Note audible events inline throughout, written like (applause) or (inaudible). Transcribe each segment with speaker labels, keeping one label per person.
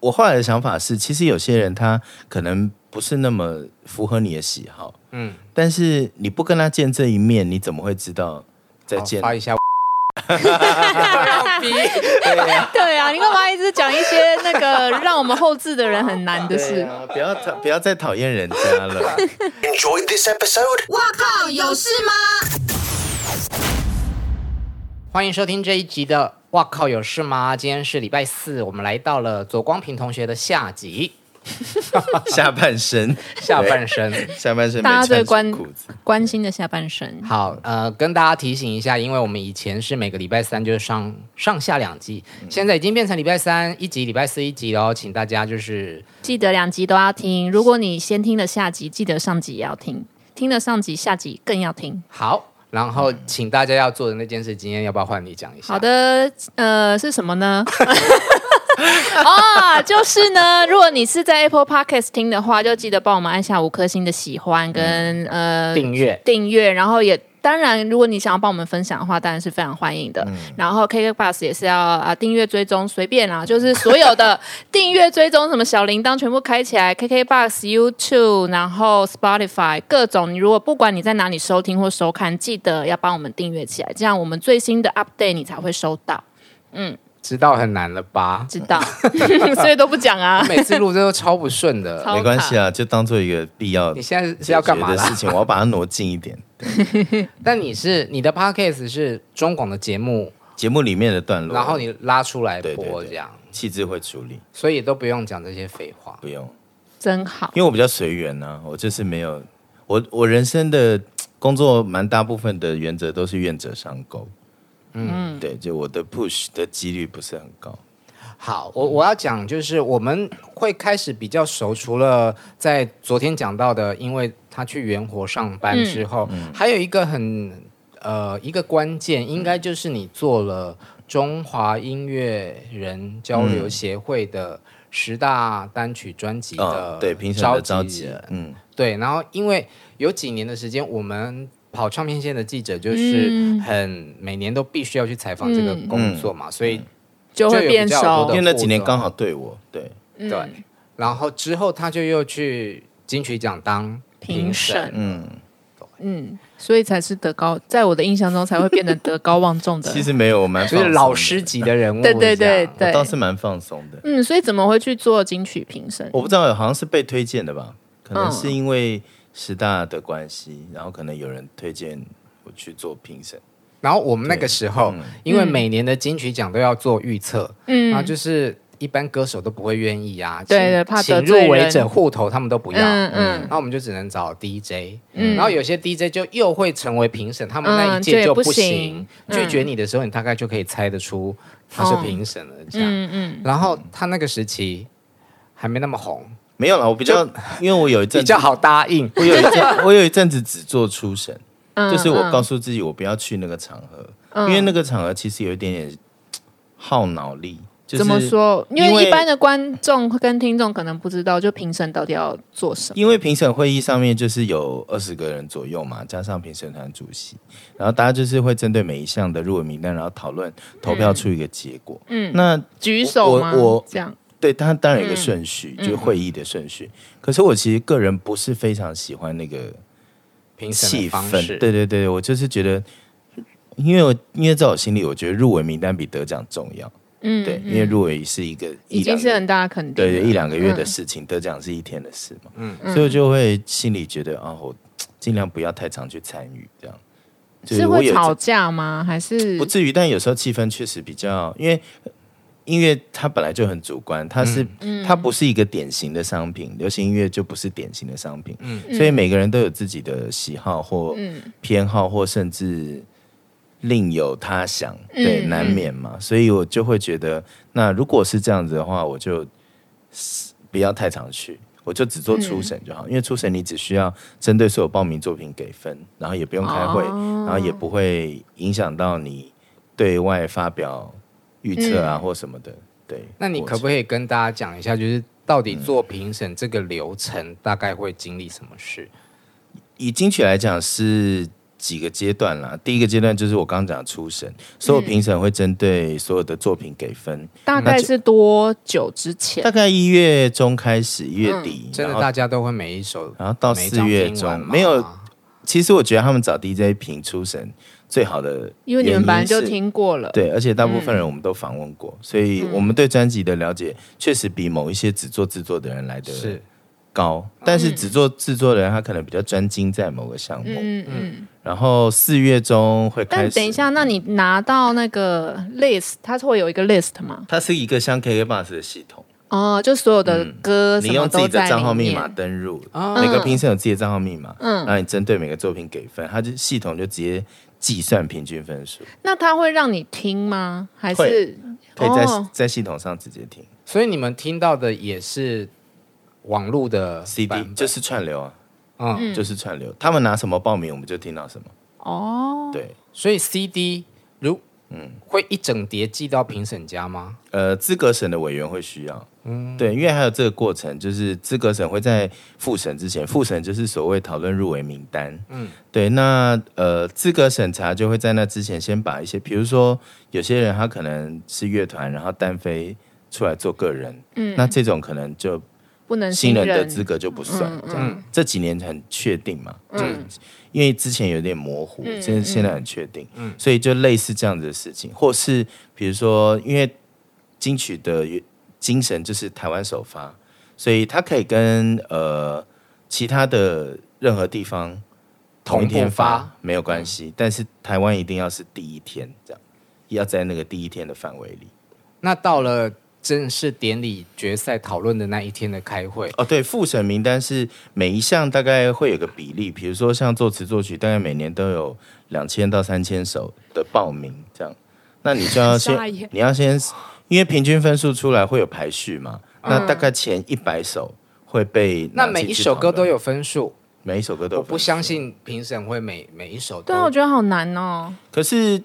Speaker 1: 我后来的想法是，其实有些人他可能不是那么符合你的喜好，
Speaker 2: 嗯，
Speaker 1: 但是你不跟他见这一面，你怎么会知道再
Speaker 2: 好
Speaker 1: 见？
Speaker 2: 哦发一下，
Speaker 3: 对啊，你干嘛一直讲一些那个让我们后置的人很难的
Speaker 1: 对
Speaker 3: 事？
Speaker 1: 啊，不要讨不要再讨厌人家
Speaker 2: (laughs)
Speaker 1: 了。
Speaker 4: Enjoyed this episode?
Speaker 2: 欢迎收听这一集的。哇靠，有事吗？今天是礼拜四，我们来到了左光平同学的下集
Speaker 1: 下半身，
Speaker 2: 下半身。 (laughs)
Speaker 1: 下半身没
Speaker 3: 大家
Speaker 1: 穿
Speaker 3: 对关
Speaker 1: 裤子，
Speaker 3: 关心的下半身，
Speaker 2: 好，呃，跟大家提醒一下，因为我们以前是每个礼拜三就上上下两集，
Speaker 1: 嗯
Speaker 2: 现在已经变成礼拜三一集，礼拜四一集喽，请大家就是
Speaker 3: 记得两集都要听。如果你先听了下集，记得上集也要听，听了上集，下集更要听。
Speaker 2: 好。然后，请大家要做的那件事，今天要不要换你讲一下？
Speaker 3: 好，的，呃，是什么呢？ (laughs) 啊，就是呢，如果你是在 Apple Podcast 听的话，就记得帮我们按下五颗星的喜欢
Speaker 1: 嗯
Speaker 3: 跟呃
Speaker 2: 订阅。
Speaker 3: 订阅，然后也当然，如果你想要帮我们分享的话，当然是非常欢迎的。
Speaker 2: 嗯
Speaker 3: 然后 KK Bus 也是要啊、订阅追踪，随便啊， (laughs) 就是所有的订阅追踪什么小铃铛全部开起来，KK Bus、YouTube，然后 Spotify 各种，你如果不管你在哪里收听或收看，记得要帮我们订阅起来，这样我们最新的 update 你才会收到，
Speaker 2: 知道很难了
Speaker 3: (laughs)
Speaker 2: 吧？
Speaker 3: 知
Speaker 2: (laughs)
Speaker 3: 道？所以都不讲啊。
Speaker 2: 每次录这都超不顺的。
Speaker 3: 好
Speaker 1: 没关系啊，就当做一个必要
Speaker 2: 你现在是
Speaker 1: 解
Speaker 2: 要
Speaker 1: 决
Speaker 2: 干嘛
Speaker 1: 的
Speaker 2: 啦
Speaker 1: 事？情，我要把它挪近一点。
Speaker 2: 但你是你的 podcast 是中广的节目，
Speaker 1: 节目里面的段落，
Speaker 2: 然后你拉出来
Speaker 1: 对对
Speaker 2: 播
Speaker 1: 对
Speaker 2: 这样，
Speaker 1: 气质会处理，
Speaker 2: 所以都不用讲这些废话。
Speaker 1: 不用，
Speaker 3: 真好，
Speaker 1: 因为我比较随缘呢，我就是没有我我人生的工作蛮大部分的原则都是愿者上钩。嗯，对，就我的 push 的几率不是很高。
Speaker 2: 好，我我要讲就是我们会开始比较熟，除了在昨天讲到的，因为他去元活上班之后，
Speaker 1: 嗯
Speaker 2: 还有一个很呃一个关键，应该就是你做了中华音乐人交
Speaker 1: 嗯
Speaker 2: 流协会的十大单曲专辑的、
Speaker 1: 嗯，对，评审的召
Speaker 2: 集
Speaker 1: 集
Speaker 2: 人，
Speaker 1: 嗯，
Speaker 2: 对，然后因为有几年的时间，我们跑唱片线的记者
Speaker 3: 嗯
Speaker 2: 就是很每年都必须要去采访这个
Speaker 1: 嗯
Speaker 2: 工作嘛，所以
Speaker 3: 就会变
Speaker 2: 就有比较多
Speaker 3: 熟
Speaker 2: 的
Speaker 1: 因为。那几年刚好对我，对，
Speaker 3: 嗯
Speaker 2: 对，然后之后他就又去金曲奖当
Speaker 3: 评审，
Speaker 1: 嗯，
Speaker 3: 嗯，所以才是德高，在我的印象中才会变得德高望
Speaker 2: (laughs)
Speaker 3: 重的。
Speaker 1: 其实没有，我蛮
Speaker 2: 就是
Speaker 1: 放松
Speaker 2: 老
Speaker 1: 的
Speaker 2: 师，级的人物这
Speaker 3: 对
Speaker 2: 样，
Speaker 3: 对对
Speaker 1: 我
Speaker 3: 对，
Speaker 1: 倒是蛮放松的。
Speaker 3: 嗯，所以怎么会去做金曲评审？
Speaker 1: 我不知道，好像是被推荐的吧？可能
Speaker 3: 嗯
Speaker 1: 是因为师大的关系，然后可能有人推荐我去做评审。
Speaker 2: 然后我们那个时候
Speaker 1: 嗯，
Speaker 2: 因为每年的金曲奖都要做预测，然后
Speaker 3: 嗯
Speaker 2: 就是一般歌手都不会愿意啊，
Speaker 3: 对
Speaker 2: 请
Speaker 3: 对怕
Speaker 2: 请
Speaker 3: 得罪
Speaker 2: 入围
Speaker 3: 人
Speaker 2: 者户头他们都不要，
Speaker 3: 嗯
Speaker 2: 然后我们就只能找 DJ，、
Speaker 3: 嗯
Speaker 2: 然后有些 DJ 就又会成为评审，他们那一
Speaker 3: 嗯这
Speaker 2: 届
Speaker 3: 也
Speaker 2: 就
Speaker 3: 不
Speaker 2: 行
Speaker 3: 行，嗯
Speaker 2: 拒绝你的时候，你大概就可以猜得出他是评审了这样。
Speaker 3: 嗯嗯，
Speaker 2: 然后他那个时期还没那么红，
Speaker 1: 没有啦，我比较，因为我有一阵
Speaker 2: 比
Speaker 1: 子
Speaker 2: 较，好答应。
Speaker 1: 我有一
Speaker 3: (laughs)
Speaker 1: 阵，我有一阵子只做初审，
Speaker 3: 嗯
Speaker 1: 就是我告
Speaker 3: 诉，
Speaker 1: 诉自己我不要去那个场合，
Speaker 3: 嗯
Speaker 1: 因为那个场合其实有一点点耗脑力。就是、
Speaker 3: 怎么？说？因
Speaker 1: 因为
Speaker 3: 为一般的观众跟听众可能不知道，就评审到底要做什么。
Speaker 1: 因为评审会议上面就是有二十个人左右嘛，加上评审团主席，然后大家就是会针对每一项的入围名单，然后讨论投票出一个结果。嗯，那
Speaker 3: 举手吗？
Speaker 1: 我我
Speaker 3: 这样，
Speaker 1: 对，它当然
Speaker 3: 嗯
Speaker 1: 有一个顺序，就是会议的顺序。可是我其实个人不是非常喜欢那个
Speaker 2: 评审的
Speaker 1: 气
Speaker 2: 方
Speaker 1: 氛，
Speaker 2: 式，
Speaker 1: 对对对，我就是觉得，因为我因为在我心里，我觉得入围名单比得奖重要。
Speaker 3: 嗯，
Speaker 1: 对，
Speaker 3: 嗯
Speaker 1: 因为入围是一个一
Speaker 3: 已经
Speaker 1: 两
Speaker 3: 是
Speaker 1: 个
Speaker 3: 很大的肯定。
Speaker 1: 对对一两个月的
Speaker 3: 嗯
Speaker 1: 事情，得奖是一天的事嘛。
Speaker 2: 嗯
Speaker 1: 嗯，所以我就会心里觉得啊，我尽量不要太常去参与，这样。就是我
Speaker 3: 会
Speaker 1: 有
Speaker 3: 吵架吗？还是
Speaker 1: 不至于，但有时候气氛确实比较，因为音乐它本来就很主观，它是、
Speaker 3: 嗯
Speaker 1: 它不是一个典型的商品，流行音乐就不是典型的商品，
Speaker 2: 嗯
Speaker 1: 所以每个人都有自己的喜好或
Speaker 3: 嗯
Speaker 1: 偏好，或甚至另有他想，对，
Speaker 3: 嗯
Speaker 1: 难免嘛，所以我就会觉得，那如果是这样子的话，我就不要太常去。我就只做初审就好，因为初审你只需要针对所有报名作品给分，然后也不用开会，
Speaker 3: 哦
Speaker 1: 然后也不会影响到你对外发表预测啊、或什么的。对，
Speaker 2: 那你可不
Speaker 1: 以？
Speaker 2: 可以跟大家讲一下，就是到底做评审
Speaker 1: 嗯
Speaker 2: 这个流程大概会经历什么事？
Speaker 1: 以金曲来讲是几个阶段啦。第一个阶段就是我刚刚讲的初审，所有评审会针对所有的作品给分，
Speaker 3: 大概是多久之前
Speaker 1: 大？概一月中开始，一月底，
Speaker 2: 真的
Speaker 1: 然后
Speaker 2: 大家都会每一首，
Speaker 1: 然后到
Speaker 2: 每一
Speaker 1: 四
Speaker 2: 张
Speaker 1: 月
Speaker 2: 听
Speaker 1: 中
Speaker 2: 完嘛
Speaker 1: 没有。其实我觉得他们找 DJ 评初审最好的，
Speaker 3: 因为你们本来就听嗯过了，
Speaker 1: 对，而且大部分人我们都访问过，所以我们对专辑的了解确实比某一些只做制作的人来的
Speaker 2: 是
Speaker 1: 高。但是只做制作的人，他可能比较专精在某个项目。
Speaker 3: 嗯嗯。
Speaker 1: 然后四月中会开
Speaker 3: 但
Speaker 1: 始。嗯
Speaker 3: 等一，下，那你拿到那个 list，它是会有一个 list 吗？
Speaker 1: 它是一个像 KK Bus 的系统，
Speaker 3: 哦，就所有的歌
Speaker 1: 嗯你
Speaker 3: 什么
Speaker 1: 用自
Speaker 3: 都
Speaker 1: 己的
Speaker 3: 在
Speaker 1: 账号
Speaker 3: 里
Speaker 1: 密码
Speaker 3: 面。哦
Speaker 1: 登入，
Speaker 2: 啊
Speaker 1: 每个评审有自己的账号密码，
Speaker 3: 嗯
Speaker 1: 然后你针对每个作品给分，它就系统就直接计算平均分数，
Speaker 3: 那它会让你听吗？还是
Speaker 1: 会可以在、
Speaker 3: 哦
Speaker 1: 在系统上直接听
Speaker 2: 所以你们听到的也是网络的
Speaker 1: CD，
Speaker 2: 版本
Speaker 1: 就是串流啊，
Speaker 2: 嗯，
Speaker 1: 就是串流，他们拿什么报名我们就听到什么，
Speaker 3: 哦？
Speaker 1: 对。
Speaker 2: 所以 CD 如嗯会一整叠寄到评审家吗？
Speaker 1: 呃，资格审的委员会需要，嗯，对，因为还有这个过程，就是资格审会在复审之前，复审就是所谓讨论入围名单，嗯，对，那呃，资格审查就会在那之前先把一些，比如说有些人他可能是乐团，然后单飞出来做个人，嗯，那这种可能就
Speaker 3: 不能
Speaker 1: 新
Speaker 3: 信
Speaker 1: 人
Speaker 3: 任
Speaker 1: 的资格就不算，这样这几年很确定嘛，嗯，因为之前有点模糊，现在现在很确定，所以就类似这样子的事情，或是比如说，因为金曲的精神就是台湾首发，所以它可以跟呃其他的任何地方同一天
Speaker 2: 同步
Speaker 1: 发
Speaker 2: 发
Speaker 1: 没有关系，但是台湾一定要是第一天这样，要在那个第一天的范围里。
Speaker 2: 那到了正式典礼决赛讨论的那一天的开会，
Speaker 1: 哦，对，复审名单是每一项大概会有个比例，比如说像作词作曲，大概每年都有两千到三千首的报名这样。那你就要
Speaker 3: 傻
Speaker 1: 先
Speaker 3: 眼，
Speaker 1: 你要先，因为平均分数出来会有排序嘛，那大概前一百首会被
Speaker 2: 嗯那
Speaker 1: 拿
Speaker 2: 每
Speaker 1: 进
Speaker 2: 一
Speaker 1: 去
Speaker 2: 首
Speaker 1: 讨
Speaker 2: 歌
Speaker 1: 论
Speaker 2: 都，有分数，
Speaker 1: 每一首歌都有
Speaker 2: 我
Speaker 1: 分数。
Speaker 2: 不相信评审会每每一首
Speaker 3: 对啊，我
Speaker 2: 都。
Speaker 3: 觉得好难哦。
Speaker 1: 可是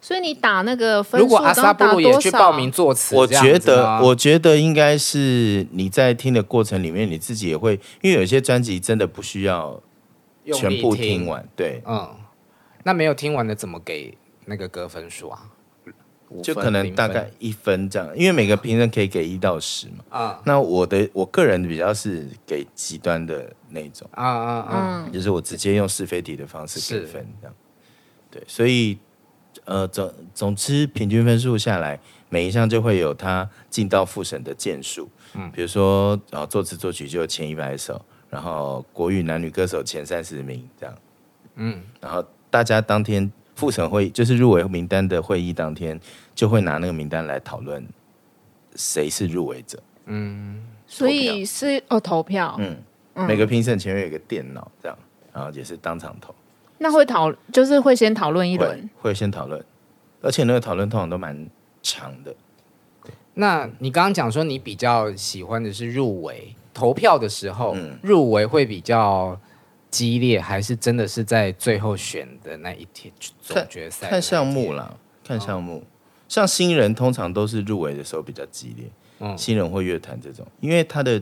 Speaker 3: 所以你打那个分数，
Speaker 2: 如果阿萨布
Speaker 3: 然后
Speaker 2: 鲁
Speaker 3: 打
Speaker 2: 也
Speaker 3: 多
Speaker 2: 去
Speaker 3: 少啊
Speaker 2: 报名，作词，
Speaker 1: 我
Speaker 2: 这样子
Speaker 1: 觉得
Speaker 2: 吗，
Speaker 1: 我觉得应该是你在听的过程里面，你自己也会，因为有些专辑真的不需要
Speaker 2: 用
Speaker 1: 全
Speaker 2: 力
Speaker 1: 部
Speaker 2: 听
Speaker 1: 听完，对，
Speaker 2: 嗯，那没有听完的怎么给那个歌分数啊？
Speaker 1: 就可能大概一分这样，因为每个评审可以给一到十嘛。
Speaker 2: 啊
Speaker 1: 那我的我个人比较是给极端的那一种，
Speaker 2: 啊啊啊！
Speaker 3: 嗯，
Speaker 1: 就是我直接用是非题的方式给分这样。对，所以呃总总之平均分数下来，每一项就会有它进到复审的件数。嗯，比如说然后作词作曲就有前一百首，然后国语男女歌手前三十名这样。嗯，然后大家当天复审会就是入围名单的会议当天，就会拿那个名单来讨论谁是入围者。
Speaker 3: 所以是哦投票，
Speaker 1: 嗯，每个评审前面有个电脑这样，然后也是当场投。
Speaker 3: 那会讨就是会先讨论一轮，
Speaker 1: 会会先讨论，而且那个讨论通常都蛮长的。
Speaker 2: 那你刚刚讲说你比较喜欢的是入围投票的时候，
Speaker 1: 嗯
Speaker 2: 入围会比较激烈，还是真的是在最后选的那一天总决赛
Speaker 1: 看项目
Speaker 2: 了？
Speaker 1: 啦，看项目。像新人通常都是入围的时候比较激烈，
Speaker 2: 嗯
Speaker 1: 新人或乐坛这种，因为他的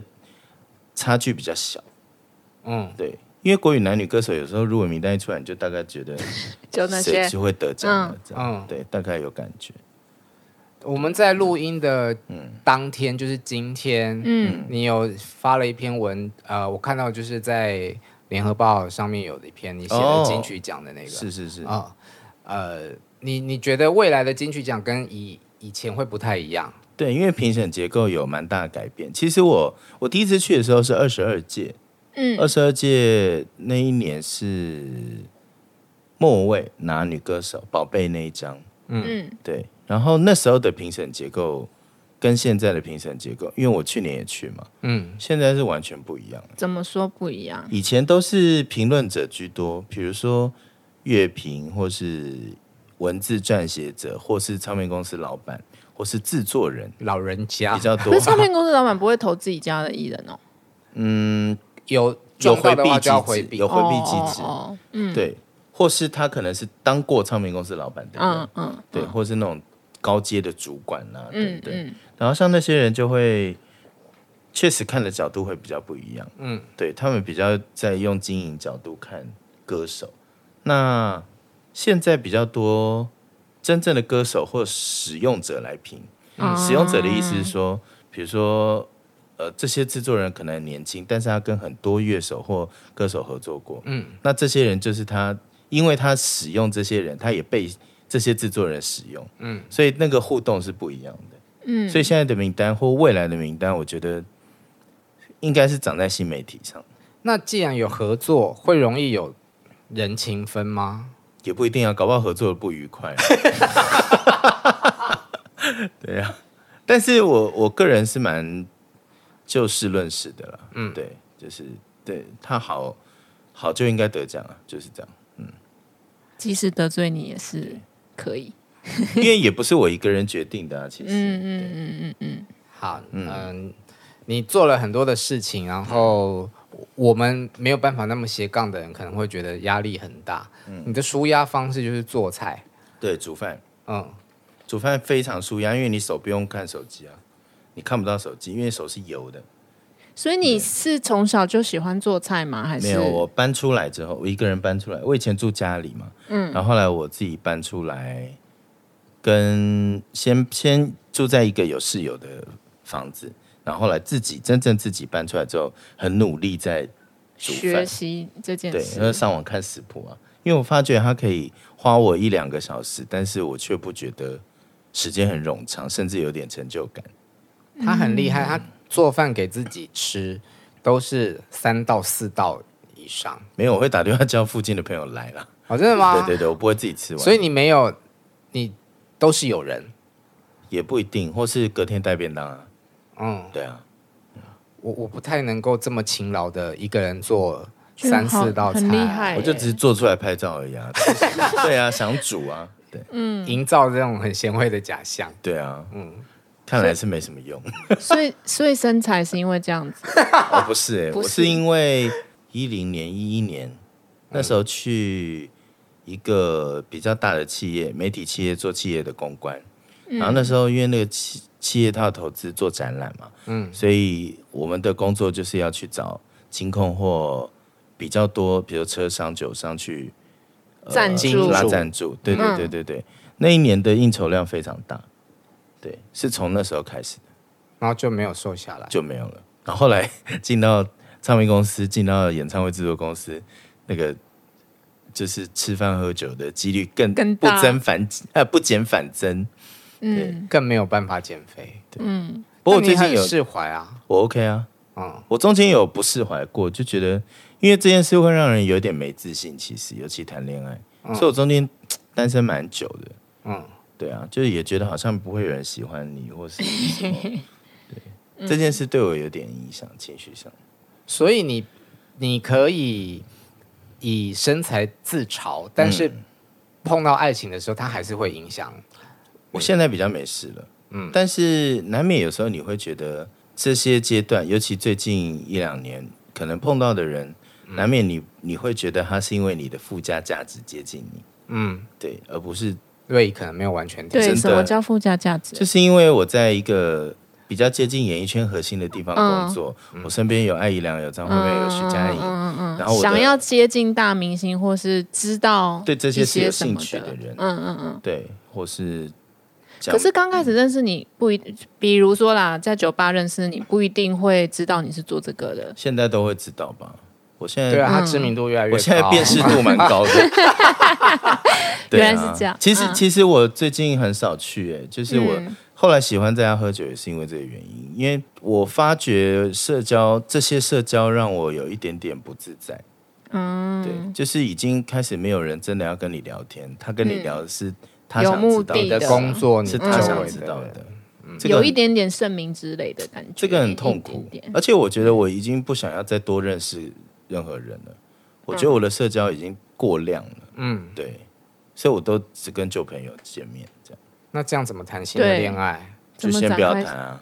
Speaker 1: 差距比较小。
Speaker 2: 嗯，
Speaker 1: 对，因为国语男女歌手有时候入围名单一出来，你就大概觉得
Speaker 3: 就那
Speaker 1: 谁
Speaker 3: 些
Speaker 1: 就会得奖了，这样、
Speaker 2: 嗯
Speaker 1: 对，大概有感觉。
Speaker 2: 我们在录音的
Speaker 1: 嗯
Speaker 2: 当天，就是今天，嗯，你有发了一篇文，呃，我看到就是在联合报上面有的一篇你写的
Speaker 1: 哦
Speaker 2: 金曲奖的那个，
Speaker 1: 是是是，
Speaker 2: 啊、呃，你你觉得未来的金曲奖跟以以前会不太一样？
Speaker 1: 对，因为评审结构有蛮大的改变。其实我我第一次去的时候是二十二届，
Speaker 3: 嗯
Speaker 1: 二十二届那一年是莫文蔚拿女歌手宝贝那一张，
Speaker 3: 嗯
Speaker 1: 对。然后那时候的评审结构跟现在的评审结构，因为我去年也去嘛，
Speaker 2: 嗯，
Speaker 1: 现在是完全不一样。
Speaker 3: 怎么说不一样？
Speaker 1: 以前都是评论者居多，比如说乐评或是文字撰写者，或是唱片公司老板，或是制作人
Speaker 2: 老人家
Speaker 1: 比较多啊 (laughs)
Speaker 3: 可是。唱片公司老板不会投自己家的艺人哦，
Speaker 2: 有
Speaker 1: 有
Speaker 2: 撞到
Speaker 1: 回
Speaker 2: 的
Speaker 1: 避
Speaker 2: 话
Speaker 1: 机
Speaker 2: 就要回
Speaker 1: 制，
Speaker 2: 避
Speaker 1: 有，回避机制，
Speaker 3: 哦哦哦
Speaker 1: 对，或是他可能是当过唱片公司老板的人，
Speaker 3: 嗯嗯
Speaker 1: 对，或是那种高阶的主管啊，等
Speaker 3: 嗯
Speaker 1: 等。
Speaker 3: 嗯，
Speaker 1: 然后像那些人就会，确实看的角度会比较不一样，嗯，对他们比较在用经营角度看歌手，那现在比较多真正的歌手或使用者来评，
Speaker 3: 嗯
Speaker 1: 使用者的意思是
Speaker 3: 哦
Speaker 1: 说，比如说，呃，这些制作人可能很年轻，但是他跟很多乐手或歌手合作过，嗯，那这些人就是他，因为他使用这些人，他也被这些制作人使用，嗯，所以那个互动是不一样的，嗯，所以现在的名单或未来的名单，我觉得应该是长在新媒体上，
Speaker 2: 那既然有合作，会容易有人情分吗？
Speaker 1: 也不一定啊，搞不好合作的不愉快、 (laughs) 啊，对啊，但是我我个人是蛮就事论事的啦，嗯，对，就是对他好好就应该得奖啊，就是这样。
Speaker 3: 即使得罪你也是可以。 (laughs)
Speaker 1: 因为也不是我一个人决定的啊，其实。嗯嗯
Speaker 2: 好，嗯、你做了很多的事情，然后我们没有办法那么斜杠的人可能会觉得压力很大。
Speaker 1: 嗯
Speaker 2: 你的舒压方式就是做菜，
Speaker 1: 对，煮饭，
Speaker 2: 嗯，
Speaker 1: 煮饭非常舒压，因为你手不用看手机啊，你看不到手机，因为手是油的。
Speaker 3: 所以你是从小就喜欢做菜吗？还是
Speaker 1: 没有，我搬出来之后，我一个人搬出来，我以前住家里嘛，嗯，然后后来我自己搬出来，跟先先住在一个有室友的房子，然后后来自己真正自己搬出来之后，很努力在煮饭
Speaker 3: 学习这件
Speaker 1: 对，然后
Speaker 3: 事？
Speaker 1: 上网看食谱啊，因为我发觉它可以花我一两个小时，但是我却不觉得时间很冗长，甚至有点成就感。
Speaker 3: 嗯
Speaker 2: 他很厉害，他做饭给自己吃都是三到四道以上。
Speaker 1: 没有，我会打电话叫附近的朋友来啦。
Speaker 2: 哦，真的吗？
Speaker 1: 对对对，我不会自己吃完，
Speaker 2: 所以你没有，你都是有人。
Speaker 1: 也不一定，或是隔天带便当啊。
Speaker 2: 嗯，
Speaker 1: 对啊，
Speaker 2: 我我不太能够这么勤劳的一个人做
Speaker 3: 觉得
Speaker 2: 三
Speaker 3: 好
Speaker 2: 四道菜，啊
Speaker 3: 很厉害
Speaker 1: 我就只是做出来拍照而已啊。对啊，想煮啊，对
Speaker 3: 嗯
Speaker 2: 营造这种很贤惠的假象。
Speaker 1: 对啊，嗯，看来是没什么用。
Speaker 3: 所以所以身材是因为这样子，
Speaker 1: 哦，不是、欸，(laughs)
Speaker 3: 不
Speaker 1: 我
Speaker 3: 是嗯
Speaker 1: 是因为一零年、一一年那时候去一个比较大的企业，媒体企业做企业的公关，
Speaker 3: 嗯
Speaker 1: 然后那时候因为那个企企业它要投资做展览嘛，嗯，所以我们的工作就是要去找金控或比较多，比如车商、酒商去呃
Speaker 3: 赞助嗯
Speaker 1: 拉赞助，对对对对对，那一年的应酬量非常大，对，是从那时候开始的。
Speaker 2: 然后就没有瘦下来。
Speaker 1: 就没有了。然后后来 (laughs) 进到唱片公司，进到演唱会制作公司，那个就是吃饭喝酒的几率更
Speaker 3: 更
Speaker 1: 不
Speaker 3: 大
Speaker 1: 增反呃不减反增。
Speaker 3: 嗯，
Speaker 2: 更没有办法减肥。
Speaker 1: 不过我
Speaker 2: 那你
Speaker 1: 最近
Speaker 2: 很
Speaker 1: 有
Speaker 2: 释怀啊，
Speaker 1: 我 OK 啊，
Speaker 2: 嗯，
Speaker 1: 我中间有不释怀过，就觉得因为这件事会让人有点没自信，其实尤其谈恋爱，所以我中间单身蛮久的。
Speaker 2: 嗯
Speaker 1: 嗯，对啊，就是也觉得好像不会有人喜欢你，或是什么。对，这件事对我有点影响，情绪上。
Speaker 2: 所以你你可以以身材自嘲，但是
Speaker 1: 嗯
Speaker 2: 碰到爱情的时候，它还是会影响。
Speaker 1: 我现在比较没事了，嗯，但是难免有时候你会觉得这些阶段，尤其最近一两年，可能碰到的人，
Speaker 3: 嗯
Speaker 1: 难免你你会觉得他是因为你的附加价值接近你，
Speaker 2: 嗯，
Speaker 1: 对，而不是
Speaker 2: 瑞可能没有完全听
Speaker 3: 对，
Speaker 1: 真的
Speaker 3: 什么叫附加价值？
Speaker 1: 就是因为我在一个比较接近演艺圈核心的地方
Speaker 3: 嗯
Speaker 1: 工作，我身边有艾怡良、有张惠妹、有徐佳莹，
Speaker 3: 嗯
Speaker 1: 然后我的
Speaker 3: 想要接近大明星，或是知道
Speaker 1: 对这些是有
Speaker 3: 一什么
Speaker 1: 兴趣的人
Speaker 3: 嗯嗯嗯。
Speaker 1: 对，或是这样
Speaker 3: 可是刚开始认识你不一，比如说啦，在酒吧认识你不一定会知道你是做这个的。
Speaker 1: 现在都会知道吧？我现在
Speaker 2: 对啊，
Speaker 3: 嗯
Speaker 2: 他知名度越来越高。
Speaker 1: 我现在辨识度蛮高
Speaker 2: (laughs)
Speaker 1: 的。对啊
Speaker 3: (laughs) 原来是这样
Speaker 1: 其实、
Speaker 3: 嗯
Speaker 1: 其实我最近很少去、欸，就是我
Speaker 3: 嗯
Speaker 1: 后来喜欢在家喝酒，也是因为这个原因。因为我发觉社交这些社交让我有一点点不自在。
Speaker 3: 嗯，
Speaker 1: 对，就是已经开始没有人真的要跟你聊天，他跟你聊的是他
Speaker 3: 有
Speaker 1: 想知
Speaker 3: 目
Speaker 1: 道
Speaker 3: 的
Speaker 2: 的
Speaker 3: 的
Speaker 2: 工作，你
Speaker 1: 是
Speaker 2: 周
Speaker 1: 他想
Speaker 2: 围
Speaker 1: 知道的。这个
Speaker 3: 有一点点盛名之类的感觉，
Speaker 1: 这个很痛
Speaker 3: 一
Speaker 1: 苦
Speaker 3: 点点，
Speaker 1: 而且我觉得我已经不想要再多认识任何人了。我觉得我的社交已经过量了，
Speaker 2: 嗯，
Speaker 1: 对，所以我都只跟旧朋友见面，这样
Speaker 2: 那这样怎么谈新的
Speaker 3: 对
Speaker 2: 恋爱？
Speaker 1: 就
Speaker 3: 怎么
Speaker 1: 先不要
Speaker 3: 展
Speaker 1: 谈
Speaker 3: 开
Speaker 1: 啊。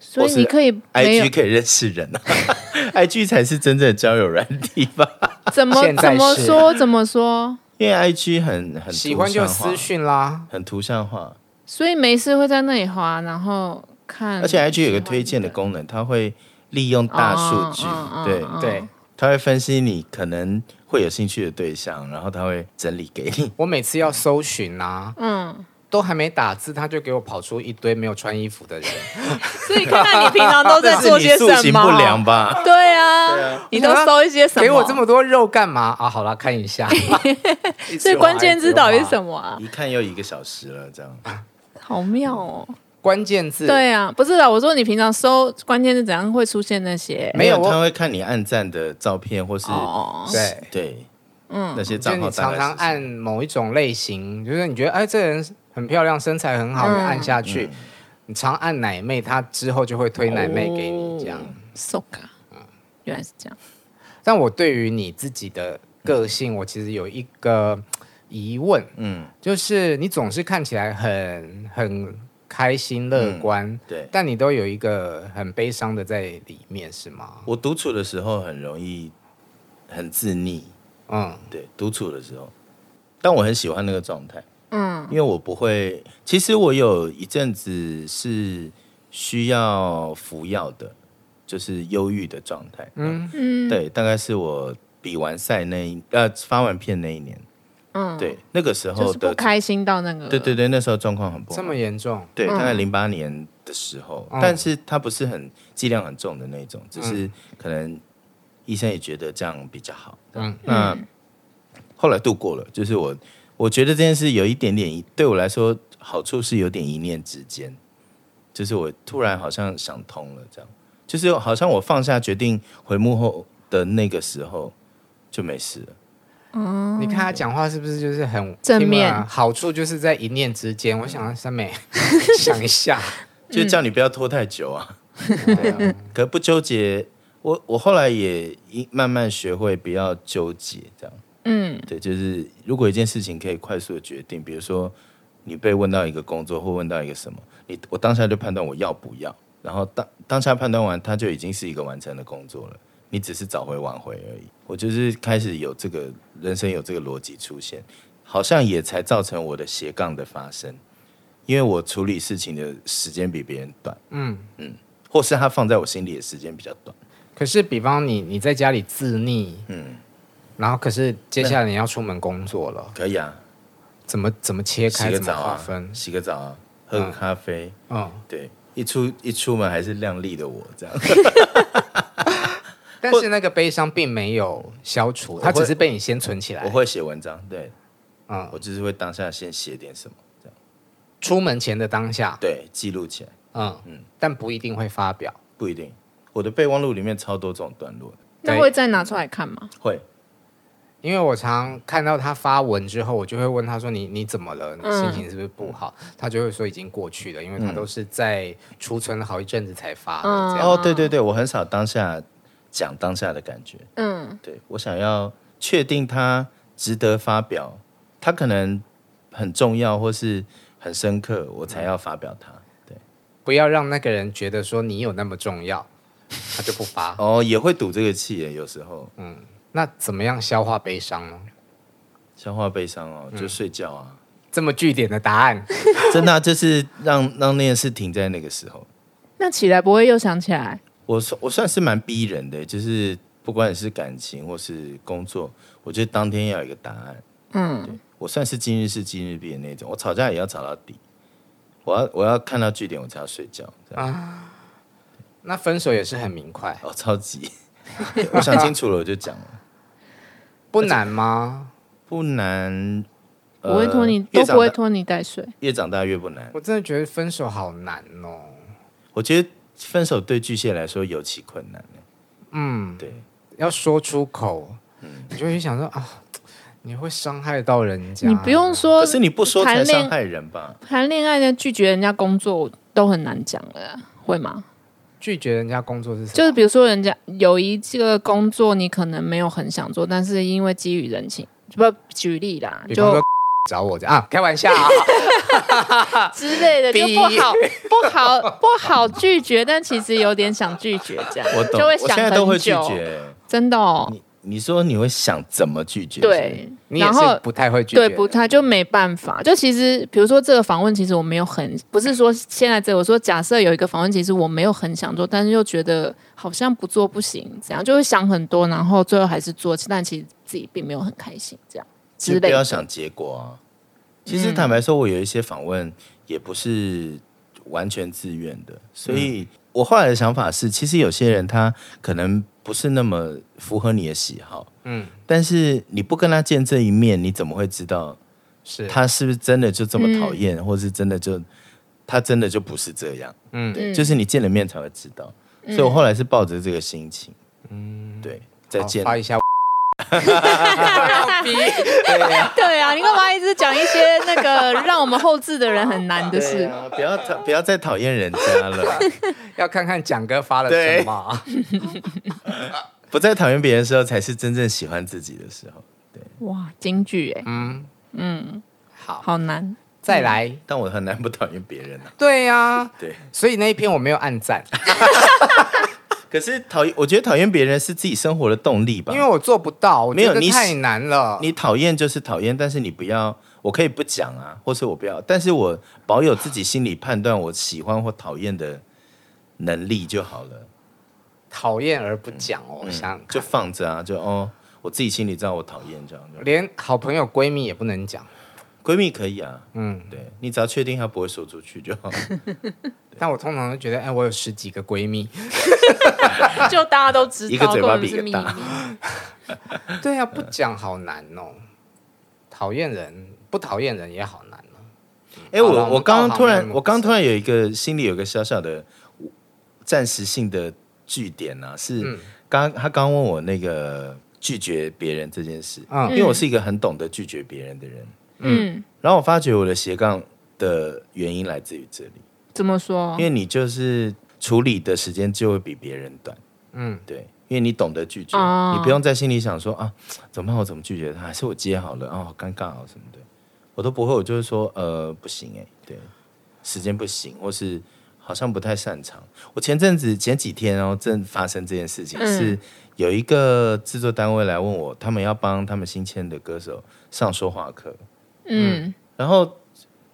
Speaker 3: 所以你可以没有
Speaker 1: IG 可以认识人
Speaker 3: (laughs)
Speaker 1: 啊，IG 才是真正的交友软体吧？
Speaker 3: 怎么
Speaker 2: 现在
Speaker 3: 怎么
Speaker 2: 是
Speaker 3: 说怎么说，
Speaker 1: 因为 IG 很很
Speaker 2: 喜欢
Speaker 1: 图
Speaker 2: 就
Speaker 1: 像化
Speaker 2: 私，讯啦。
Speaker 1: 很图像化，
Speaker 3: 所以没事会在那里滑，然后看，
Speaker 1: 而且 IG 有个推荐的功能，它会利用大数据
Speaker 3: 哦哦哦，
Speaker 1: 对
Speaker 3: 哦
Speaker 2: 对，
Speaker 1: 他会分析你可能会有兴趣的对象，然后他会整理给你。
Speaker 2: 我每次要搜寻啊，
Speaker 3: 嗯，
Speaker 2: 都还没打字，他就给我跑出一堆没有穿衣服的人。
Speaker 3: 所以看看你平常都在
Speaker 1: 但是
Speaker 3: 做
Speaker 1: 你
Speaker 3: 些
Speaker 1: 塑
Speaker 3: 什
Speaker 1: 形
Speaker 3: 么。
Speaker 1: 不良吧？
Speaker 3: 对啊，你都搜一些 (laughs) 什么？
Speaker 2: 给我这么多肉干嘛啊？好啦，看一下。
Speaker 3: (laughs) 所以关键字到底是
Speaker 2: 么？
Speaker 3: 什么啊？
Speaker 1: 一看又一个小时了，这样。
Speaker 3: 好妙哦！
Speaker 2: 关键字
Speaker 3: 对啊，不是啊，我说你平常搜关键字怎样会出现那些？
Speaker 2: 没有我
Speaker 1: 他会看你按赞的照片，或是
Speaker 3: 哦，
Speaker 2: 对，
Speaker 1: 对，嗯，那些
Speaker 2: 就是
Speaker 1: 账
Speaker 2: 你
Speaker 1: 号大概
Speaker 2: 常
Speaker 1: 是
Speaker 2: 常按某一种类型，就是你觉得哎，这人很漂亮，身材很好，
Speaker 3: 嗯
Speaker 2: 你按下去，你常按奶妹，她之后就会推奶妹给你这样。
Speaker 3: 哦 so ga，
Speaker 1: 嗯
Speaker 3: 原来是这样。
Speaker 2: 但我对于你自己的个性，我其实有一个疑问，嗯，就是你总是看起来很很开心乐观，
Speaker 1: 对。
Speaker 2: 但你都有一个很悲伤的在里面，是吗？
Speaker 1: 我独处的时候很容易很自溺，
Speaker 2: 嗯，
Speaker 1: 对，独处的时候，但我很喜欢那个状态，
Speaker 3: 嗯
Speaker 1: 因为我不会。其实我有一阵子是需要服药的，就是忧郁的状态。嗯，
Speaker 3: 嗯，
Speaker 1: 对，大概是我比完赛那一呃发完片那一年，
Speaker 3: 嗯，
Speaker 1: 对，那个时
Speaker 3: 就
Speaker 1: 候
Speaker 3: 是不
Speaker 1: 的，
Speaker 3: 开心到那个，
Speaker 1: 对对，对，那时候状况很不好
Speaker 2: 这。么严重，
Speaker 1: 对，
Speaker 3: 嗯
Speaker 1: 大概零八年的时候，
Speaker 2: 嗯
Speaker 1: 但是它不是很剂量很重的那种，只是可能医生也觉得这样比较好。
Speaker 2: 嗯，
Speaker 1: 那、后来度过了，就是我我觉得这件事有一点点对我来说好处是有点一念之间，就是我突然好像想通了，这样就是好像我放下决定回幕后的那个时候就没事了。
Speaker 2: 你看他讲话是不是就是很
Speaker 3: 嗯正面
Speaker 2: 听了好处就是在一念之间。我想三
Speaker 3: (laughs)
Speaker 2: 美想一下，
Speaker 1: 就叫你不要拖太久啊。对啊， (laughs) 可不纠结。我我后来也一慢慢学会不要纠结，这样
Speaker 3: 嗯
Speaker 1: 对，就是如果一件事情可以快速的决定，比如说你被问到一个工作或问到一个什么，你我当下就判断我要不要，然后当当下判断完，它就已经是一个完成的工作了，你只是找回挽回而已。我就是开始有这个人生有这个逻辑出现，好像也才造成我的斜杠的发生，因为我处理事情的时间比别人短。
Speaker 2: 嗯。
Speaker 1: 或是他放在我心里的时间比较短。
Speaker 2: 可是比方你你在家里自溺，嗯，然后可是接下来你要出门工作了，
Speaker 1: 可以啊，
Speaker 2: 怎么怎么切
Speaker 1: 洗
Speaker 2: 开，
Speaker 1: 个
Speaker 2: 怎么
Speaker 1: 澡
Speaker 2: 划
Speaker 1: 啊，
Speaker 2: 分？
Speaker 1: 洗个澡啊，喝个咖啡，
Speaker 2: 嗯，
Speaker 1: 对，一出一出门还是靓丽的我这 (laughs) 样。
Speaker 2: 但是那个悲伤并没有消除，它只是被你先存起
Speaker 1: 我
Speaker 2: 来。
Speaker 1: 会写文章，对
Speaker 2: 嗯，
Speaker 1: 我就是会当下先写点什么，这样
Speaker 2: 出门前的当下，
Speaker 1: 对，记录起来，
Speaker 2: 嗯嗯，但不一定会发表。
Speaker 1: 不一定。我的备忘录里面超多这种段落的，
Speaker 3: 那会再拿出来看吗？
Speaker 1: 会
Speaker 2: 因为我常看到他发文之后，我就会问他说你：“你怎么了？你
Speaker 3: 嗯
Speaker 2: 心情是不是不好？”他就会说：“已经过去了。”因为他都是在储存了好一阵子才发的。
Speaker 3: 嗯
Speaker 2: 这样
Speaker 1: 哦，对对对，我很少当下讲当下的感觉，
Speaker 3: 嗯
Speaker 1: 对我想要确定它值得发表，它可能很重要或是很深刻，我才要发表它。对。
Speaker 2: 不要让那个人觉得说你有那么重要， (laughs) 他就不发。
Speaker 1: 哦，也会赌这个气耶，有时候
Speaker 2: 那怎么样消化悲伤呢？
Speaker 1: 消化悲伤哦，就睡觉啊，
Speaker 2: 这么据点的答案， (laughs)
Speaker 1: 真的啊、就是让让那件事停在那个时候。
Speaker 3: 那起来不会又想起来？
Speaker 1: 我算我算是蛮逼人的，就是不管是感情或是工作，我觉得当天要有一个答案。
Speaker 3: 嗯，
Speaker 1: 我算是今日事今日毕的那种，我吵架也要吵到底，我要我要看到据点我才要睡觉。这
Speaker 3: 啊
Speaker 1: 样
Speaker 2: 那分手也是很明快，
Speaker 1: 哦，超
Speaker 3: (laughs)
Speaker 1: 级，我想清楚了我就讲了，
Speaker 2: 不难吗？
Speaker 1: 不难。
Speaker 3: 不会拖泥，
Speaker 1: 呃越
Speaker 3: 都
Speaker 1: 长
Speaker 3: 不会
Speaker 1: 大
Speaker 3: 拖泥带水。
Speaker 1: 越长大越不难。
Speaker 2: 我真的觉得分手好难哦。
Speaker 1: 我觉得分手对巨蟹来说尤其困难。欸
Speaker 2: 嗯，
Speaker 1: 对，
Speaker 2: 要说出口，
Speaker 3: 嗯
Speaker 2: 你就会想说啊，你会伤害到人家。
Speaker 3: 你不用说
Speaker 1: 可是你不说才
Speaker 3: 谈恋
Speaker 1: 伤害人吧？
Speaker 3: 谈恋爱呢，拒绝人家工作都很难讲了，会吗？
Speaker 2: 拒绝人家工作是什么？
Speaker 3: 就是比如说，人家有一这个工作，你可能没有很想做，但是因为基于人情，不举例啦，
Speaker 2: 比方
Speaker 3: 就
Speaker 2: 说 (laughs) 找我这样啊，开玩
Speaker 3: (laughs)
Speaker 2: 笑啊，
Speaker 3: 啊之类的，就
Speaker 2: 比
Speaker 3: 不好不好 (laughs) 不好拒绝，但其实有点想拒绝，这样
Speaker 1: 我懂，
Speaker 3: 就会
Speaker 1: 我
Speaker 3: 想
Speaker 1: 现在都会
Speaker 3: 很
Speaker 1: 拒
Speaker 3: 久，
Speaker 1: 绝。
Speaker 3: 真的哦，
Speaker 1: 你你说你会想怎么拒绝？
Speaker 3: 对，
Speaker 2: 你也
Speaker 3: 然
Speaker 2: 是
Speaker 3: 后
Speaker 2: 不太会拒绝，
Speaker 3: 对，不太就没办法。就其实，比如说这个访问，其实我没有很，不是说现在这个，我说假设有一个访问，其实我没有很想做，但是又觉得好像不做不行，这样就会想很多，然后最后还是做，但其实自己并没有很开心，这样
Speaker 1: 其
Speaker 3: 之
Speaker 1: 实不
Speaker 3: 类
Speaker 1: 要
Speaker 3: 的。
Speaker 1: 想结果啊。其实坦白说，我有一些访问也不是完全自愿的，所以我后来的想法是，其实有些人他可能不是那么符合你的喜好，嗯，但是你不跟他见这一面，你怎么会知道
Speaker 2: 是
Speaker 1: 他是不是真的就这么讨厌，或是真的就他真的就不是这样？
Speaker 2: 嗯
Speaker 1: 对，就是你见了面才会知道。所以我后来是抱着这个心情，嗯，对，再
Speaker 2: 好
Speaker 1: 见。
Speaker 2: 发一下。
Speaker 3: (laughs) 对啊，你干嘛一直讲一些那个让我们后置的人很难的
Speaker 1: 对
Speaker 3: 事？
Speaker 1: 啊，不要讨不要再讨厌人家了。
Speaker 2: (laughs) 要看看蒋哥发了什么。啊
Speaker 1: 不再讨厌别人的时候，才是真正喜欢自己的时候。
Speaker 3: 哇，京剧哎，
Speaker 2: 嗯，
Speaker 1: (laughs)
Speaker 3: 好难。
Speaker 2: (laughs) 再来。
Speaker 1: 但我很难不讨厌别人啊。
Speaker 2: (laughs) 对呀，
Speaker 1: 对，
Speaker 2: 所以那一篇我没有按赞，
Speaker 1: 可是讨厌，我觉得讨厌别人是自己生活的动力吧。
Speaker 2: 因为我做不到，我
Speaker 1: 没有
Speaker 2: 觉得
Speaker 1: 你
Speaker 2: 太难了。
Speaker 1: 你讨厌就是讨厌，但是你不要，我可以不讲啊，或是我不要，但是我保有自己心里判断我喜欢或讨厌的能力就好了。
Speaker 2: 讨厌而不讲哦，我想想
Speaker 1: 嗯就
Speaker 2: 看
Speaker 1: 放着啊，就哦，我自己心里知道我讨厌这样就好。
Speaker 2: 连好朋友闺蜜也不能讲。
Speaker 1: 闺蜜可以啊，
Speaker 2: 嗯，
Speaker 1: 对你只要确定她不会说出去就好。
Speaker 2: 但我通常都觉得，哎，我有十几个
Speaker 1: (laughs)
Speaker 2: 闺蜜。
Speaker 3: 就大家都知
Speaker 1: 一个
Speaker 3: 道，
Speaker 1: 嘴
Speaker 3: 根
Speaker 1: 巴
Speaker 3: 本
Speaker 1: 比一
Speaker 3: 是
Speaker 1: 个
Speaker 3: 秘
Speaker 1: 大 (laughs)
Speaker 3: 密。
Speaker 2: 对啊，不讲好难哦。讨厌人，不讨厌人也好难哦。
Speaker 1: 哎、
Speaker 2: 好了
Speaker 1: 我
Speaker 2: 我
Speaker 1: 我
Speaker 2: 们
Speaker 1: 刚刚
Speaker 2: 到
Speaker 1: 突
Speaker 2: 行业
Speaker 1: 然
Speaker 2: 了，
Speaker 1: 我刚刚突然有一个心里有个小小的暂时性的据点啊，
Speaker 2: 嗯
Speaker 1: 是刚他刚问我那个拒绝别人这件事，
Speaker 2: 嗯
Speaker 1: 因为我是一个很懂得拒绝别人的人，
Speaker 3: 嗯，
Speaker 1: 然后我发觉我的斜杠的原因来自于这里，
Speaker 3: 怎么说
Speaker 1: 因？为你就是处理的时间就会比别人短，
Speaker 2: 嗯，
Speaker 1: 对。因为你懂得拒绝，
Speaker 3: 哦
Speaker 1: 你不用在心里想说啊，怎么办？我怎么拒绝他？还是我接好了？哦，好尴尬哦什么的，我都不会。我就是说，呃，不行哎、对，时间不行，或是好像不太擅长。我前阵子前几天哦，正发生这件事情，
Speaker 3: 嗯
Speaker 1: 是有一个制作单位来问我，他们要帮他们新签的歌手上说话课，
Speaker 3: 嗯
Speaker 1: 然后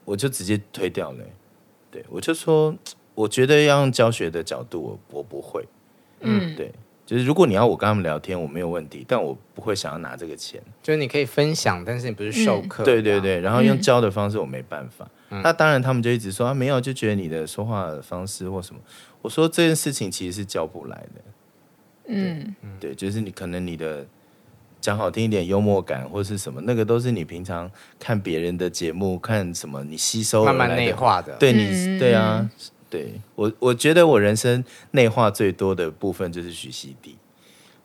Speaker 1: 我就直接推掉了欸、对我就说，我觉得要用教学的角度，我我不会。
Speaker 3: 嗯，
Speaker 1: 对，就是如果你要我跟他们聊天，我没有问题，但我不会想要拿这个钱。
Speaker 2: 就是你可以分享，但是你不是授
Speaker 3: 嗯
Speaker 2: 课。
Speaker 1: 对对，对，然后用教的方式我没办法。
Speaker 2: 嗯
Speaker 1: 那当然，他们就一直说、啊、没有，就觉得你的说话的方式或什么。我说这件事情其实是教不来的，
Speaker 3: 嗯，
Speaker 1: 对，就是你可能你的讲好听一点，幽默感或是什么，那个都是你平常看别人的节目看什么，你吸收
Speaker 2: 慢
Speaker 1: 而
Speaker 2: 慢
Speaker 1: 来
Speaker 2: 内
Speaker 1: 的。
Speaker 2: 化的。
Speaker 1: 对
Speaker 3: 嗯
Speaker 1: 你，对啊，对我，我觉得我人生内化最多的部分就是徐熙娣，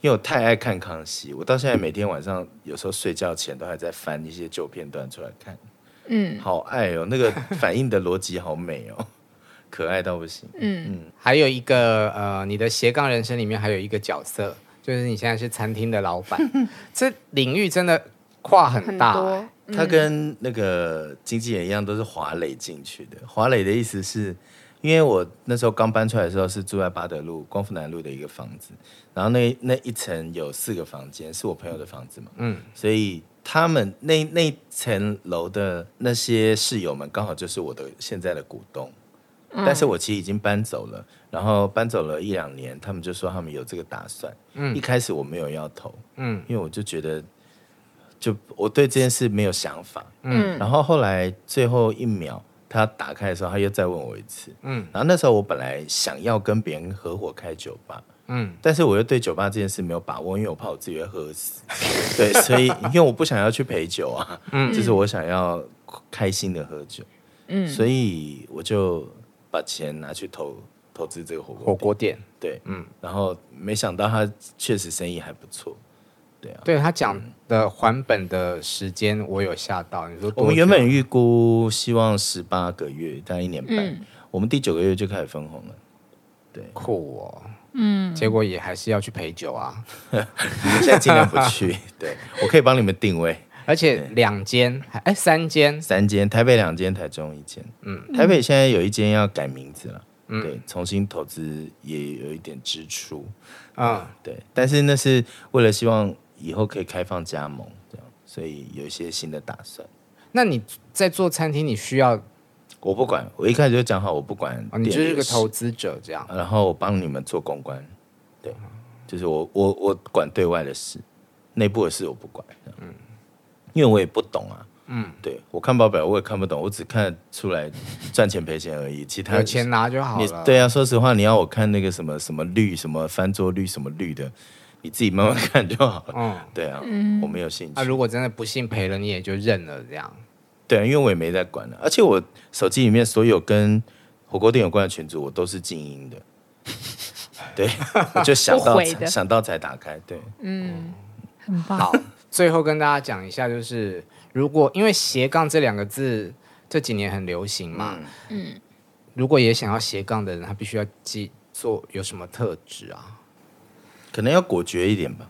Speaker 1: 因为我太爱看康熙，我到现在每天晚上有时候睡觉前都还在翻一些旧片段出来看，
Speaker 3: 嗯
Speaker 1: 好爱哦，那个反应的逻辑好美哦， (laughs) 可爱到不行。
Speaker 3: 嗯
Speaker 2: 还有一个呃，你的斜杠人生里面还有一个角色，就是你现在是餐厅的老 (laughs) 板，这领域真的跨很大、欸
Speaker 1: 他跟那个经纪人一样，都是华磊进去的。华磊的意思是，因为我那时候刚搬出来的时候是住在巴德路光复南路的一个房子，然后那那一层有四个房间，是我朋友的房子嘛，嗯，所以他们那那一层楼的那些室友们，刚好就是我的现在的股东。但是我其实已经搬走了，然后搬走了一两年，他们就说他们有这个打算。嗯，一开始我没有要投，
Speaker 2: 嗯，
Speaker 1: 因为我就觉得，就我对这件事没有想法。
Speaker 3: 嗯
Speaker 1: 然后后来最后一秒他打开的时候，他又再问我一次。
Speaker 2: 嗯
Speaker 1: 嗯，然后那时候我本来想要跟别人合伙开酒吧，
Speaker 2: 嗯，
Speaker 1: 但是我又对酒吧这件事没有把握，因为我怕我自己会喝 (laughs) 死。对，所以因为我不想要去陪酒啊，嗯，就是我想要开心的喝酒，嗯，所以我就把钱拿去投投资这个火锅
Speaker 2: 火
Speaker 1: 店
Speaker 2: 锅店。
Speaker 1: 对，哦嗯，然后没想到他确实生意还不错。
Speaker 2: 对他讲的还本的时间，我有吓到。你说多
Speaker 1: 我们
Speaker 2: 久
Speaker 1: 原本预估希望十八个月，大概一年半。
Speaker 3: 嗯
Speaker 1: 我们第九个月就开始分红了。
Speaker 2: 酷哦，嗯，结果也还是要去陪酒啊，
Speaker 1: 嗯我们现在尽量不
Speaker 2: (laughs)
Speaker 1: 去。对，我可以帮你们定位
Speaker 2: 而且两间还哎三间，
Speaker 1: 三间，台北两间，台中一间。嗯，台北现在有一间要改名字了。对，重新投资也有一点支出。
Speaker 2: 嗯，
Speaker 1: 对，但是那是为了希望以后可以开放加盟这样，所以有一些新的打算。
Speaker 2: 那你在做餐厅，你需要
Speaker 1: 我不管，我一开始就讲好，我不管、
Speaker 2: 哦你就是个投，资者这样。
Speaker 1: 然后我帮你们做公关，对，就是我我我管对外的事，内部的事我不管，嗯，因为我也不懂啊，嗯，对我看报表我也看不懂，我只看出来赚钱赔钱而已，其他
Speaker 2: 有钱拿就好
Speaker 1: 你
Speaker 2: 了。，
Speaker 1: 对啊，说实话，你要我看那个什么什么绿什么翻桌率什么绿的，你自己慢慢看就好了。
Speaker 2: 嗯，
Speaker 1: 对啊，我没有兴趣。
Speaker 2: 啊，如果真的不幸赔了，你也就认了这样。
Speaker 1: 对啊，因为我也没在管了、而且我手机里面所有跟火锅店有关的群组，我都是静音的。
Speaker 3: (laughs)
Speaker 1: 对，我就想
Speaker 3: 不
Speaker 1: 到
Speaker 3: 回的
Speaker 1: 想到才打开。对，
Speaker 3: 嗯，很棒。
Speaker 2: 好，最后跟大家讲一下，就是如果因为斜杠这两个字这几年很流行嘛，嗯，如果也想要斜杠的人，他必须要记做有什么特质啊？
Speaker 1: 可能要果决一点吧。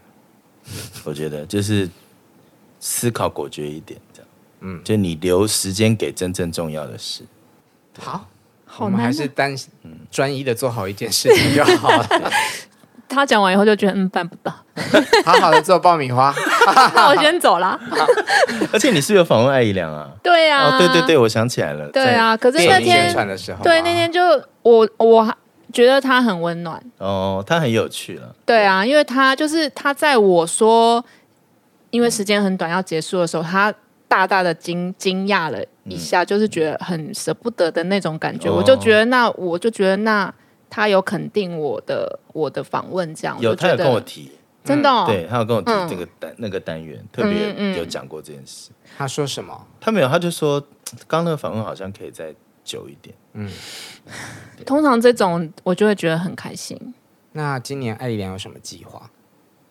Speaker 1: 我觉得就是思考果决一点，这样。嗯，就你留时间给真正重要的事。
Speaker 2: 好，
Speaker 3: 好
Speaker 2: 我们还
Speaker 3: 难啊哦
Speaker 2: 是单专一的做好一件事情就好
Speaker 3: (laughs)
Speaker 2: 了，
Speaker 3: 他讲完以后就觉得嗯办不到，
Speaker 2: 好好的做爆米花。
Speaker 1: 啊
Speaker 3: (laughs) 那我先走啦。
Speaker 1: 而且你是有访问艾姨良啊？
Speaker 3: 对呀、
Speaker 1: 哦，对对对，，我想起来了。
Speaker 3: 对啊。可是
Speaker 2: 电
Speaker 3: 那
Speaker 2: 影宣
Speaker 3: 天
Speaker 2: 传的时候，
Speaker 3: 对那。天就我我觉得他很温暖。
Speaker 1: 在，哦，他很有趣了。
Speaker 3: 对啊，因为他就是他在我说，因为时间很短要结束的时候，他大大的惊惊讶了一下，就是觉得很舍不得的那种感觉。
Speaker 1: 哦
Speaker 3: 我就觉得那，我就觉得那他有肯定我的我的访问，这样
Speaker 1: 有，
Speaker 3: 哦我就
Speaker 1: 他
Speaker 3: 觉
Speaker 1: 有跟我
Speaker 3: 得
Speaker 1: 提，
Speaker 3: 真的、哦
Speaker 1: 对他有跟我提
Speaker 3: 嗯
Speaker 1: 这个单那个单元，特别有讲过这件事。
Speaker 2: 他说什么？
Speaker 1: 他没有，他就说刚刚那个访问好像可以再久一点。 (laughs)
Speaker 3: 通常这种我就会觉得很开心。
Speaker 2: 那今年艾丽莲有什么计划？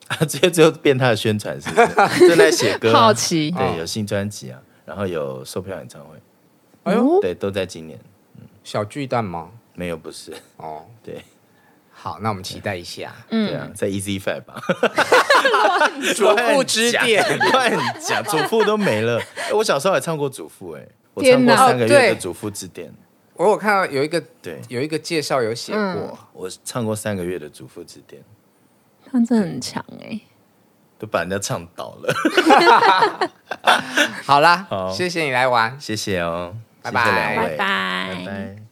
Speaker 1: 啊，直接最后变他的宣传是不是 (laughs) 正在写歌啊，
Speaker 3: 好奇
Speaker 1: 对，有新专辑啊，然后有售票演唱会，
Speaker 2: 哎呦
Speaker 3: 哦，
Speaker 1: 对，都在今年。
Speaker 2: 小巨蛋吗？
Speaker 1: 没有，不是，
Speaker 2: 哦，
Speaker 1: 对，
Speaker 2: 好，那我们期待一
Speaker 3: (laughs)
Speaker 2: 下。
Speaker 3: 嗯
Speaker 1: 对啊，在 Easy Five 吧，
Speaker 2: (laughs) 主妇之店
Speaker 1: (laughs) 乱讲，祖父都没了。哎我小时候还唱过祖父，哎，我
Speaker 3: 天
Speaker 1: 唱过
Speaker 3: 哪
Speaker 1: 三个月
Speaker 2: 哦对
Speaker 1: 的祖父之巅，
Speaker 2: 我有看到有一个
Speaker 1: 对
Speaker 2: 有一个介绍有写
Speaker 3: 嗯
Speaker 2: 过，
Speaker 1: 我唱过三个月的祖父之巅，
Speaker 3: 他真的很强哎、
Speaker 1: 都把人家唱倒了。 (laughs)
Speaker 2: 好啦，
Speaker 1: 好
Speaker 2: 谢谢你来玩。
Speaker 1: 谢谢哦，
Speaker 2: 拜
Speaker 1: 谢谢两
Speaker 2: 拜
Speaker 1: 位，
Speaker 3: 拜
Speaker 1: 拜拜